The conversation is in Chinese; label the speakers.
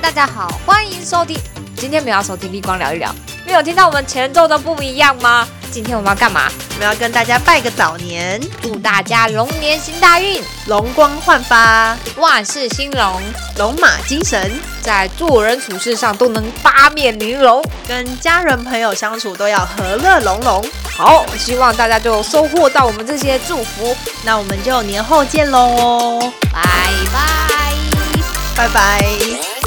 Speaker 1: 大家好，欢迎收听。今天没有要收听立光聊一聊，没有听到我们前奏的不一样吗？今天我们要干嘛？
Speaker 2: 我们要跟大家拜个早年，
Speaker 1: 祝大家龙年行大运，
Speaker 2: 容光焕发，
Speaker 1: 万事兴隆，
Speaker 2: 龙马精神，
Speaker 1: 在做人处事上都能八面玲珑。
Speaker 2: 跟家人朋友相处都要和乐融融。
Speaker 1: 好，希望大家就收获到我们这些祝福，
Speaker 2: 那我们就年后见喽，
Speaker 1: 拜拜。
Speaker 2: 拜拜。